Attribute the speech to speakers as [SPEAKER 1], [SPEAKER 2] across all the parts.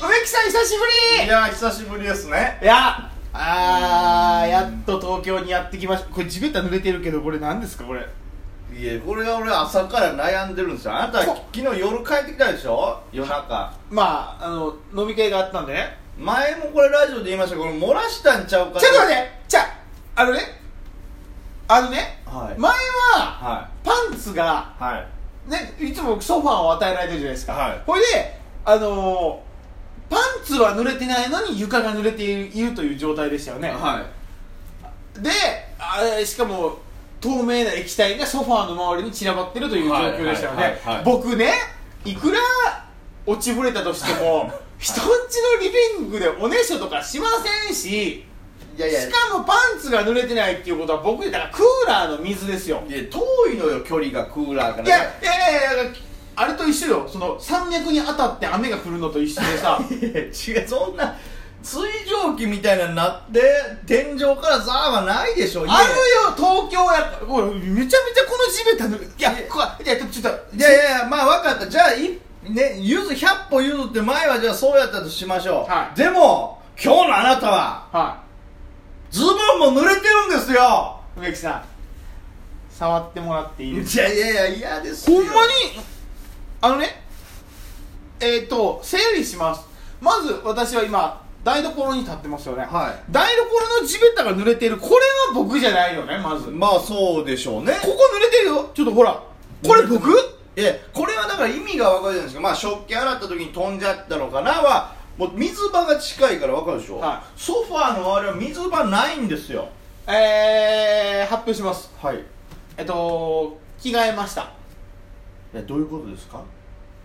[SPEAKER 1] 久しぶり
[SPEAKER 2] いや久しぶりですね
[SPEAKER 1] いやあーやっと東京にやってきましたこれ地べた濡れてるけどこれ何ですかこれ
[SPEAKER 2] いやこれが俺朝から悩んでるんですよあなた
[SPEAKER 1] そう
[SPEAKER 2] 昨日夜帰ってきたでしょ夜中
[SPEAKER 1] まああの飲み会があったんでね
[SPEAKER 2] 前もこれラジオで言いましたけどこれ漏らしたんちゃうか
[SPEAKER 1] ちょっと待ってじゃああのねあのね、
[SPEAKER 2] はい
[SPEAKER 1] 前は
[SPEAKER 2] は
[SPEAKER 1] パンツが
[SPEAKER 2] いはい
[SPEAKER 1] ねいつもソファーを与えられてるじゃないですか
[SPEAKER 2] はい
[SPEAKER 1] これであのーパンツは濡れてないのに床が濡れているいるという状態でしたよね、
[SPEAKER 2] は
[SPEAKER 1] であれしかも透明な液体がソファーの周りに散らばってるという状況でしたよ
[SPEAKER 2] はい
[SPEAKER 1] ね
[SPEAKER 2] はいはいはい
[SPEAKER 1] 僕ねいくら落ちぶれたとしても人んちのリビングでおねしょとかしませんし
[SPEAKER 2] いいやいや
[SPEAKER 1] しかもパンツが濡れてないっていうことは僕だからクーラーの水ですよ
[SPEAKER 2] いや遠いのよ距離がクーラーか
[SPEAKER 1] いや
[SPEAKER 2] ら
[SPEAKER 1] いやいやいやあれと一緒よその山脈に当たって雨が降るのと一緒でさ
[SPEAKER 2] いや違うそんな水蒸気みたいなのになって天井からザーはないでしょ
[SPEAKER 1] ある
[SPEAKER 2] 家
[SPEAKER 1] よ東京やこれめちゃめちゃこの地べたぬるいやこいやちょっとちょっと
[SPEAKER 2] いやいやいやまあ分かったじゃあいねゆず100歩ゆずって前はじゃあそうやったとしましょう、
[SPEAKER 1] はい
[SPEAKER 2] でも今日のあなたは
[SPEAKER 1] はい
[SPEAKER 2] ズボンも濡れてるんですよ
[SPEAKER 1] 植木さん触ってもらっていいです
[SPEAKER 2] いやいやいや嫌です
[SPEAKER 1] か
[SPEAKER 2] よ
[SPEAKER 1] ほんまにあのねえっ、と整理しますまず私は今台所に立ってますよね、
[SPEAKER 2] はい
[SPEAKER 1] 台所の地べたが濡れているこれは僕じゃないよねまずこ
[SPEAKER 2] まあそうでしょうね
[SPEAKER 1] こ濡れてるよちょっとほらこれ僕
[SPEAKER 2] いやこれはだから意味が分かるじゃないですかまあ食器洗った時に飛んじゃったのかなはもう水場が近いから分かるでしょ、
[SPEAKER 1] は
[SPEAKER 2] ソファーの周りは水場ないんですよ
[SPEAKER 1] えー、発表します
[SPEAKER 2] はい
[SPEAKER 1] えっと着替えました
[SPEAKER 2] えどういうことですか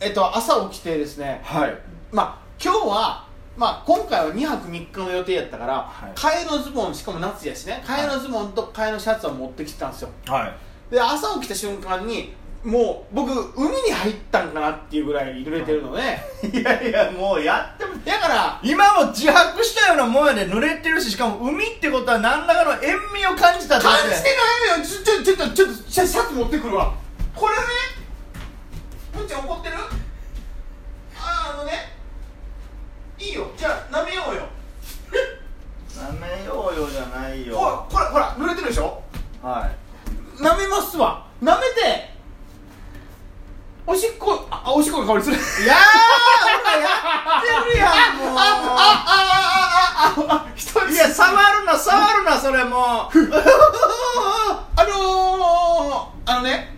[SPEAKER 1] えっと朝起きてですね
[SPEAKER 2] はい
[SPEAKER 1] まあ今日はまあ今回は2泊3日の予定やったから、
[SPEAKER 2] はい
[SPEAKER 1] 替えのズボンしかも夏やしね替えのズボンと替えのシャツは持ってきてたんですよ
[SPEAKER 2] はい
[SPEAKER 1] で朝起きた瞬間にもう僕海に入ったんかなっていうぐらい濡れてるので、
[SPEAKER 2] いやいやもうやっても
[SPEAKER 1] だ から
[SPEAKER 2] 今も自白したようなもんやで濡れてるししかも海ってことは何らかの塩味を感じたってこ
[SPEAKER 1] 感
[SPEAKER 2] と
[SPEAKER 1] じてないのよちょちょちょっとちょっとシャシャツ持ってくるわこれねむっちゃん怒ってるああのねいいよじゃあ舐めようよ
[SPEAKER 2] なめようよじゃないよ
[SPEAKER 1] ほらこれほら濡れてるでしょ
[SPEAKER 2] は
[SPEAKER 1] 舐めますわ舐めておしっこああおしっこの香りする
[SPEAKER 2] いやー俺やってるやんもう
[SPEAKER 1] ああああああ一人
[SPEAKER 2] いや触るな触るなそれもう
[SPEAKER 1] あのー、あのね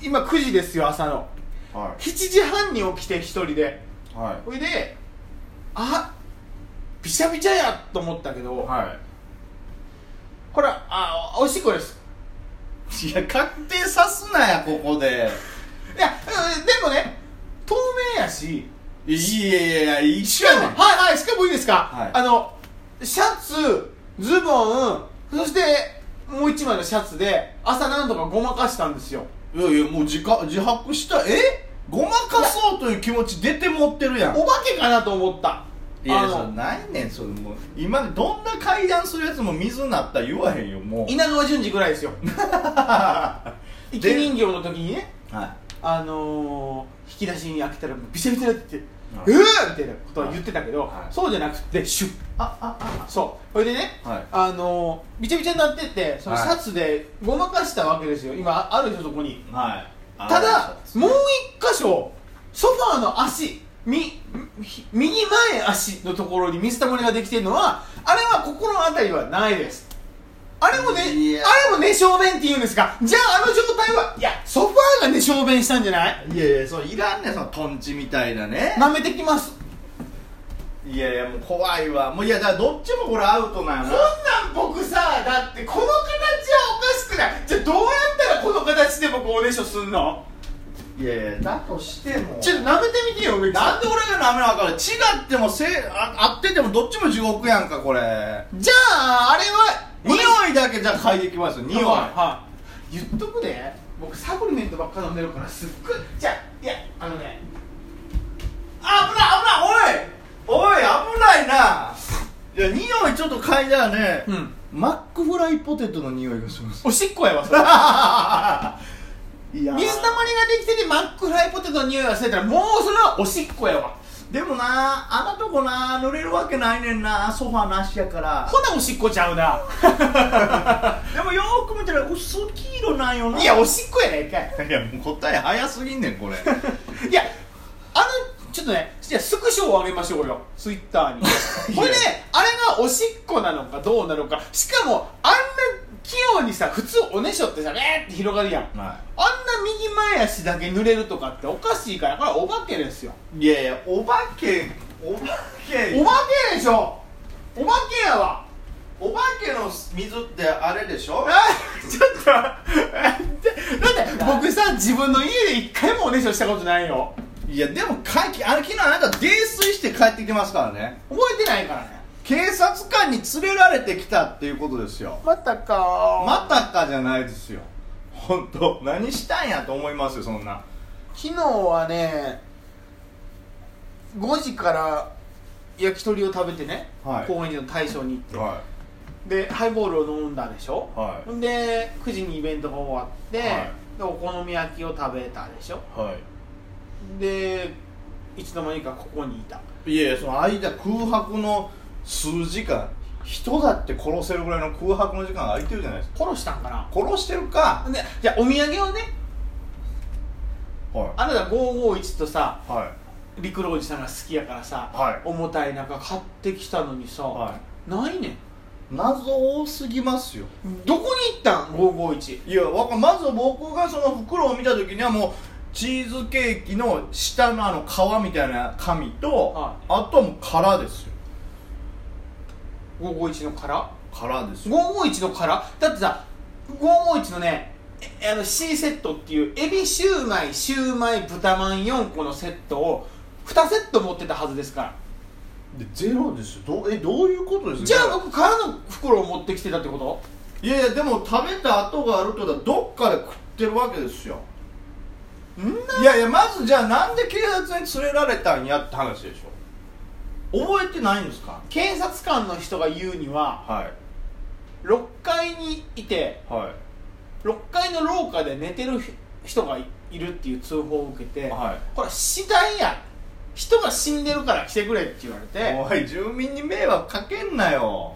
[SPEAKER 1] 今9時ですよ朝の
[SPEAKER 2] は
[SPEAKER 1] 7時半に起きて一人で
[SPEAKER 2] いは
[SPEAKER 1] ほいであびしゃびしゃやと思ったけど、
[SPEAKER 2] は
[SPEAKER 1] これあおしっこです
[SPEAKER 2] いいや確定さすなやここで
[SPEAKER 1] いやうんでもね透明やし
[SPEAKER 2] いやいやいや一
[SPEAKER 1] し
[SPEAKER 2] 緒
[SPEAKER 1] か
[SPEAKER 2] や
[SPEAKER 1] も
[SPEAKER 2] ねん
[SPEAKER 1] はいはいしかもいいですか、
[SPEAKER 2] はい
[SPEAKER 1] あのシャツズボンそしてもう一枚のシャツで朝なんとかごまかしたんですよ
[SPEAKER 2] いやいやもう自か自白したえごまかそうという気持ち出て持ってるやん
[SPEAKER 1] お化けかなと思った
[SPEAKER 2] いや
[SPEAKER 1] あ
[SPEAKER 2] それ
[SPEAKER 1] の
[SPEAKER 2] ないねんそれもう今どんな階段するやつも水になったら言わへんよもう
[SPEAKER 1] 稲川淳二ぐらい ですよ
[SPEAKER 2] は
[SPEAKER 1] 生き人形の時にね
[SPEAKER 2] いは
[SPEAKER 1] あのー、引き出しに開けたらびしゃびしゃになってて「
[SPEAKER 2] は
[SPEAKER 1] え
[SPEAKER 2] い
[SPEAKER 1] ー!」みたいなことは言ってたけど、
[SPEAKER 2] はい
[SPEAKER 1] そうじゃなくてシュッ
[SPEAKER 2] あああ
[SPEAKER 1] そうそれでね、
[SPEAKER 2] はい
[SPEAKER 1] あのー、びちゃびちゃになってってそのシャツでごまかしたわけですよ今あるでしょそこに
[SPEAKER 2] はい
[SPEAKER 1] ただもう
[SPEAKER 2] う
[SPEAKER 1] 一箇所ソファーの足みひ右前足のところに水たまりができてるのはあれはここの辺りはないですあれもね
[SPEAKER 2] いや
[SPEAKER 1] あれもね小便って言うんですかじゃああの状態はいやソファーがね小便したんじゃない
[SPEAKER 2] いやいやそういらんねんそのトンチみたいなね
[SPEAKER 1] 舐めてきます
[SPEAKER 2] いやいやもう怖いわもういやだからどっちもこれアウトな
[SPEAKER 1] こん
[SPEAKER 2] んやな
[SPEAKER 1] なん僕さだってこの形はおかしくないじゃあどうやったらこの形で僕おねしょすんの
[SPEAKER 2] いやいやだとしても
[SPEAKER 1] ちょっと舐めてみてよ植木
[SPEAKER 2] な
[SPEAKER 1] さ
[SPEAKER 2] んで俺がダメなのかな違ってもせあ合っててもどっちも地獄やんかこれ
[SPEAKER 1] んじゃああれは
[SPEAKER 2] 匂いだけじゃあ嗅いでいきますよ匂い
[SPEAKER 1] はいはい、言っとくで僕サプリメントばっか飲んでるからすっごいじゃあいやあのね
[SPEAKER 2] あ危ない危ないおいおい危ないないや匂いちょっと嗅いだらね、
[SPEAKER 1] ん
[SPEAKER 2] マックフライポテトの 匂いがします
[SPEAKER 1] おしっこやわそれ
[SPEAKER 2] いや
[SPEAKER 1] 水たまりができててマックフライポテトの匂いがしてたらもうそれはおしっこやわ
[SPEAKER 2] でもなあんなとこな濡れるわけないねんなソファーなしやから
[SPEAKER 1] ほなおしっこちゃうな
[SPEAKER 2] でもよーく見たら薄黄色なんよない
[SPEAKER 1] やおしっこやないかい
[SPEAKER 2] いやもう答え早すぎんねんこ れ
[SPEAKER 1] いやあのちょっとねじゃあスクショをあげましょうよツイッター にこれねあれがおしっこなのかどうなのかしかもあんな器用にさ普通おねしょってさえーって広がるやん
[SPEAKER 2] は
[SPEAKER 1] あんな右前足だけ濡れるとかっておかしいからこれお化けですよ
[SPEAKER 2] いいやいやお化けお化け
[SPEAKER 1] お化けでしょお化けやわ
[SPEAKER 2] お化けの水ってあれでしょ
[SPEAKER 1] あちょっとだって僕さ自分の家で一回もおねしょしたことないよ
[SPEAKER 2] いやでもかいあれ昨日あなた泥酔して帰ってきてますからね
[SPEAKER 1] 覚えてないからね
[SPEAKER 2] 警察官に連れられてきたっていうことですよ
[SPEAKER 1] またか
[SPEAKER 2] またかじゃないですよ本当何したんやと思いますよそんな
[SPEAKER 1] 昨日はね5時から焼き鳥を食べてね、
[SPEAKER 2] はい
[SPEAKER 1] 高円寺の大将に行って、
[SPEAKER 2] は
[SPEAKER 1] でハイボールを飲んだでしょ、
[SPEAKER 2] はい
[SPEAKER 1] ほんで9時にイベントが終わって、
[SPEAKER 2] はい
[SPEAKER 1] でお好み焼きを食べたでしょ
[SPEAKER 2] は
[SPEAKER 1] でいつの間にかここにいた
[SPEAKER 2] いいやいやその間空白の数時間人だって殺せるぐらいの空白の時間が空いてるじゃないですか
[SPEAKER 1] 殺したんかな
[SPEAKER 2] 殺してるか
[SPEAKER 1] ほんでじゃあお土産をね
[SPEAKER 2] は
[SPEAKER 1] あなた551とさ
[SPEAKER 2] いは
[SPEAKER 1] 陸老じさんが好きやからさ、
[SPEAKER 2] はい
[SPEAKER 1] 重たい中買ってきたのにさ、
[SPEAKER 2] は
[SPEAKER 1] ないねん
[SPEAKER 2] い謎多すぎますよ
[SPEAKER 1] どこに行ったん551
[SPEAKER 2] いやわかまず僕がその袋を見た時にはもうチーズケーキの下のあの皮みたいな紙と、
[SPEAKER 1] は
[SPEAKER 2] あとはもう殻ですよ
[SPEAKER 1] 551の殻
[SPEAKER 2] 殻ですよ
[SPEAKER 1] 551の殻だってさ551のねえあの C セットっていうエビシューマイシューマイ豚まん4個のセットを2セット持ってたはずですから
[SPEAKER 2] でゼロですよどうえどういうことですか
[SPEAKER 1] じゃあ僕殻の袋を持ってきてたってこと
[SPEAKER 2] いやいやでも食べた跡があるってことはどっかで食ってるわけですよいやいやまずじゃあなんで警察に連れられたんやって話でしょ覚えてないんですか
[SPEAKER 1] 警察官の人が言うには
[SPEAKER 2] はい
[SPEAKER 1] 6階にいて
[SPEAKER 2] は
[SPEAKER 1] 6階の廊下で寝てる人がいいるっていう通報を受けて、
[SPEAKER 2] はい
[SPEAKER 1] これ死体や人が死んでるから来てくれって言われて
[SPEAKER 2] おい住民に迷惑かけんなよ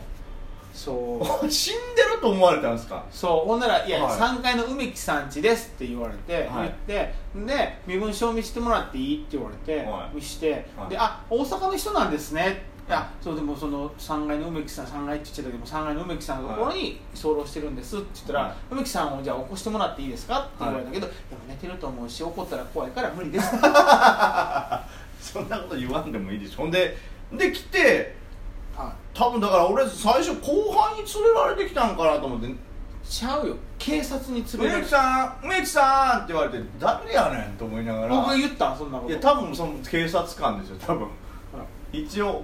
[SPEAKER 1] そう
[SPEAKER 2] おい死んでると思われたんですか
[SPEAKER 1] そうほんなら「いや、
[SPEAKER 2] はい
[SPEAKER 1] 3階の梅木さん家です」って言われて、
[SPEAKER 2] はい
[SPEAKER 1] 言ってで身分証見せてもらっていいって言われて、
[SPEAKER 2] はい
[SPEAKER 1] 見して、
[SPEAKER 2] はい
[SPEAKER 1] で「あ大阪の人なんですね」いやそうでもその3階の梅木さん3階って言ってたけど3階の梅木さんのところに居候してるんですって言ったら、
[SPEAKER 2] はい
[SPEAKER 1] 梅木さんをじゃあ起こしてもらっていいですかって言われたけど、でも寝てると思うし怒ったら怖いから無理 ですってはい
[SPEAKER 2] そんなこと言わんでもいいでしょほんでで来て多分だから俺最初後半に連れられてきたんかなと思って
[SPEAKER 1] ちゃうよ警察に連れら
[SPEAKER 2] 梅
[SPEAKER 1] れ
[SPEAKER 2] 木
[SPEAKER 1] て
[SPEAKER 2] さん梅木さんって言われて誰やねんと思いながら
[SPEAKER 1] 僕が言ったんそんなこと
[SPEAKER 2] いや多分その警察官ですよ多分
[SPEAKER 1] ほら
[SPEAKER 2] 一応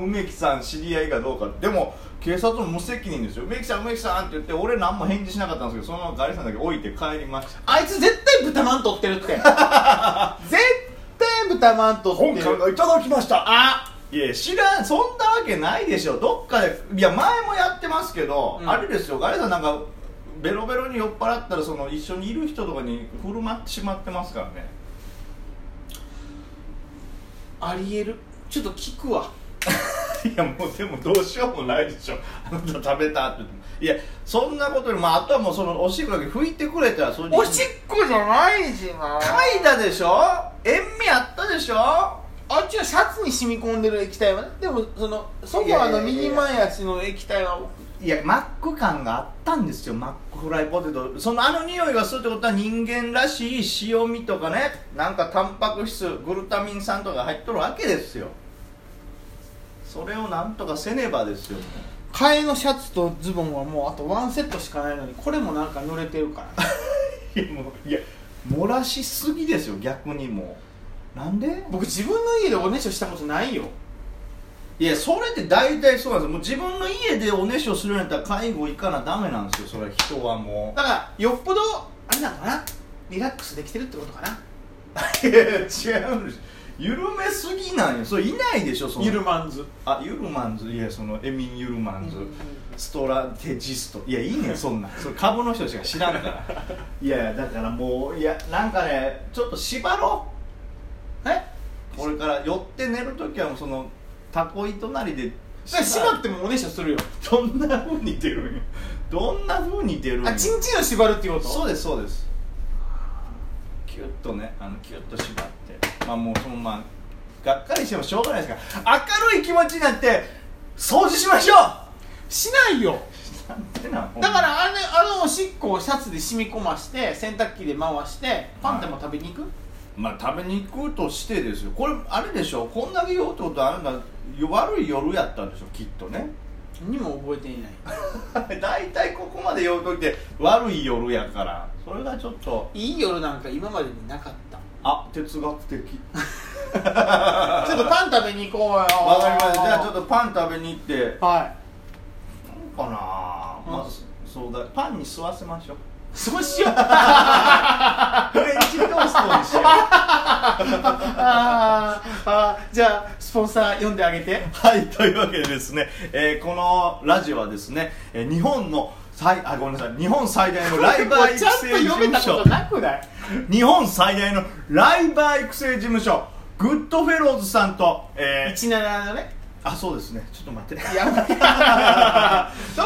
[SPEAKER 2] 梅木さん知り合いかどうかでも警察も無責任ですよ梅木さん梅木さんって言って俺何も返事しなかったんですけどそのままガリさんだけ置いて帰りました
[SPEAKER 1] あいつ絶対豚まん取って るって絶対豚まん取ってる
[SPEAKER 2] いただきました
[SPEAKER 1] あ
[SPEAKER 2] いや知らんそんなわけないでしょどっかでいや前もやってますけど、
[SPEAKER 1] うん
[SPEAKER 2] あれですよガリさんなんかベロベロに酔っ払ったらその一緒にいる人とかに振る舞ってしまってますからね
[SPEAKER 1] ありえるちょっと聞くわ
[SPEAKER 2] いやもうでもどうしようもないでしょあなた食べたって言ってもいやそんなことよりもあとはもうそのおしっこだけ拭いてくれたらそれで
[SPEAKER 1] おしっこじゃないしな
[SPEAKER 2] 嗅いだでしょ塩味あったでしょ
[SPEAKER 1] あっちはシャツに染み込んでる液体はねでもそのソファーの右前足の液体はい
[SPEAKER 2] やマック感があったんですよマックフライポテトそのあの匂いがするってことは人間らしい塩味とかねなんかタンパク質グルタミン酸とか入っとるわけですよそれをなんとかせねばですよ
[SPEAKER 1] 替えのシャツとズボンはもうあとワンセットしかないのにこれもなんか濡れてるから
[SPEAKER 2] いやもういや漏らしすぎですよ逆にもうなんで
[SPEAKER 1] 僕自分の家でおねしょしたことないよ
[SPEAKER 2] いやそれって大体そうなんですよもう自分の家でおねしょするんやったら介護行かなダメなんですよそれは人はも
[SPEAKER 1] だからよっぽどあれなのかなリラックスできてるってことかな
[SPEAKER 2] ういや違うんです緩めすぎなんよそれいないでしょその
[SPEAKER 1] ゆるまんず
[SPEAKER 2] あゆるマンズいやそのエミン・ゆるマンズ、ストラテジストいやいい ねんそんなんそれ株の人しか知らんからいやいやだからもういやなんかねちょっと縛ろう
[SPEAKER 1] え
[SPEAKER 2] これから寄って寝る時はもうそのタコ糸なりで
[SPEAKER 1] それ縛ってもおねしょするよ
[SPEAKER 2] どんなふうに出るんよどんなふうに出るんよ
[SPEAKER 1] あちんちんを縛るっていうこと
[SPEAKER 2] そうですそうですキュッとねあのキュッと縛ってまあもうそのまあがっかりしてもしょうがないですから明るい気持ちになって掃除しましょう
[SPEAKER 1] しないよ
[SPEAKER 2] なんてな
[SPEAKER 1] だからあれあのおしっこをシャツで染み込まして洗濯機で回してパンでも食べに行く、
[SPEAKER 2] まあ食べに行くとしてですよこれあれでしょこんだけ酔うってことはあれな悪い夜やったんでしょきっとね
[SPEAKER 1] にも覚えていない
[SPEAKER 2] 大体ここまで酔う時って悪い夜やからそれがちょっと
[SPEAKER 1] いい夜なんか今までになかっ た
[SPEAKER 2] あ哲学
[SPEAKER 1] ち
[SPEAKER 2] 的
[SPEAKER 1] ょっとパン食べに行こうよわ
[SPEAKER 2] わかりましたじゃあちょっとパン食べに行って
[SPEAKER 1] とはい
[SPEAKER 2] かなあ、
[SPEAKER 1] うん
[SPEAKER 2] まあそそうだパンに吸わせましょう
[SPEAKER 1] そうしよう
[SPEAKER 2] フレンチトーストにしよう
[SPEAKER 1] あーあーじゃあスポンサー読んであげて
[SPEAKER 2] はいというわけでですね、えーこのラジオはですね、えー日本の最あごめんなさい日本最大のライバー育
[SPEAKER 1] ちゃんと
[SPEAKER 2] 成事
[SPEAKER 1] 読め
[SPEAKER 2] 務
[SPEAKER 1] たこ
[SPEAKER 2] 所
[SPEAKER 1] となくない
[SPEAKER 2] 日本最大のライバー育成事務所グッドフェローズさんと、えー、
[SPEAKER 1] 17のね
[SPEAKER 2] あそうですねちょっと待って
[SPEAKER 1] やばい そう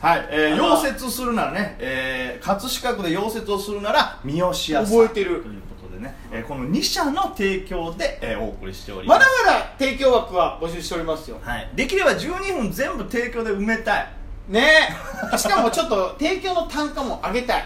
[SPEAKER 2] はい、え
[SPEAKER 1] あ
[SPEAKER 2] ー、
[SPEAKER 1] の
[SPEAKER 2] 溶接するならね、えー、葛飾区で溶接をするなら三好屋さん
[SPEAKER 1] 覚えてる
[SPEAKER 2] ということでね、えー、この2社の提供で、えー、お送りしておりま
[SPEAKER 1] まだ
[SPEAKER 2] す
[SPEAKER 1] まだ提供枠は募集しておりますよ
[SPEAKER 2] はい、できれば12分全部提供で埋め たい
[SPEAKER 1] ねえしかもちょっと提供の単価も上げたい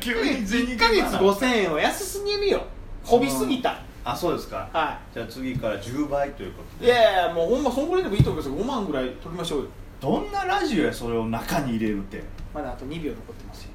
[SPEAKER 2] 急
[SPEAKER 1] 1ヶ月5000円は安すぎるよこびすぎた
[SPEAKER 2] あそうですか
[SPEAKER 1] は
[SPEAKER 2] じゃあ次から10倍ということ
[SPEAKER 1] い
[SPEAKER 2] で
[SPEAKER 1] いやいやもうほんまそんぐらいでもいいと思いますよ5万ぐらい取りましょうよ
[SPEAKER 2] どんなラジオやそれを中に入れるって
[SPEAKER 1] まだあと2秒残ってますよ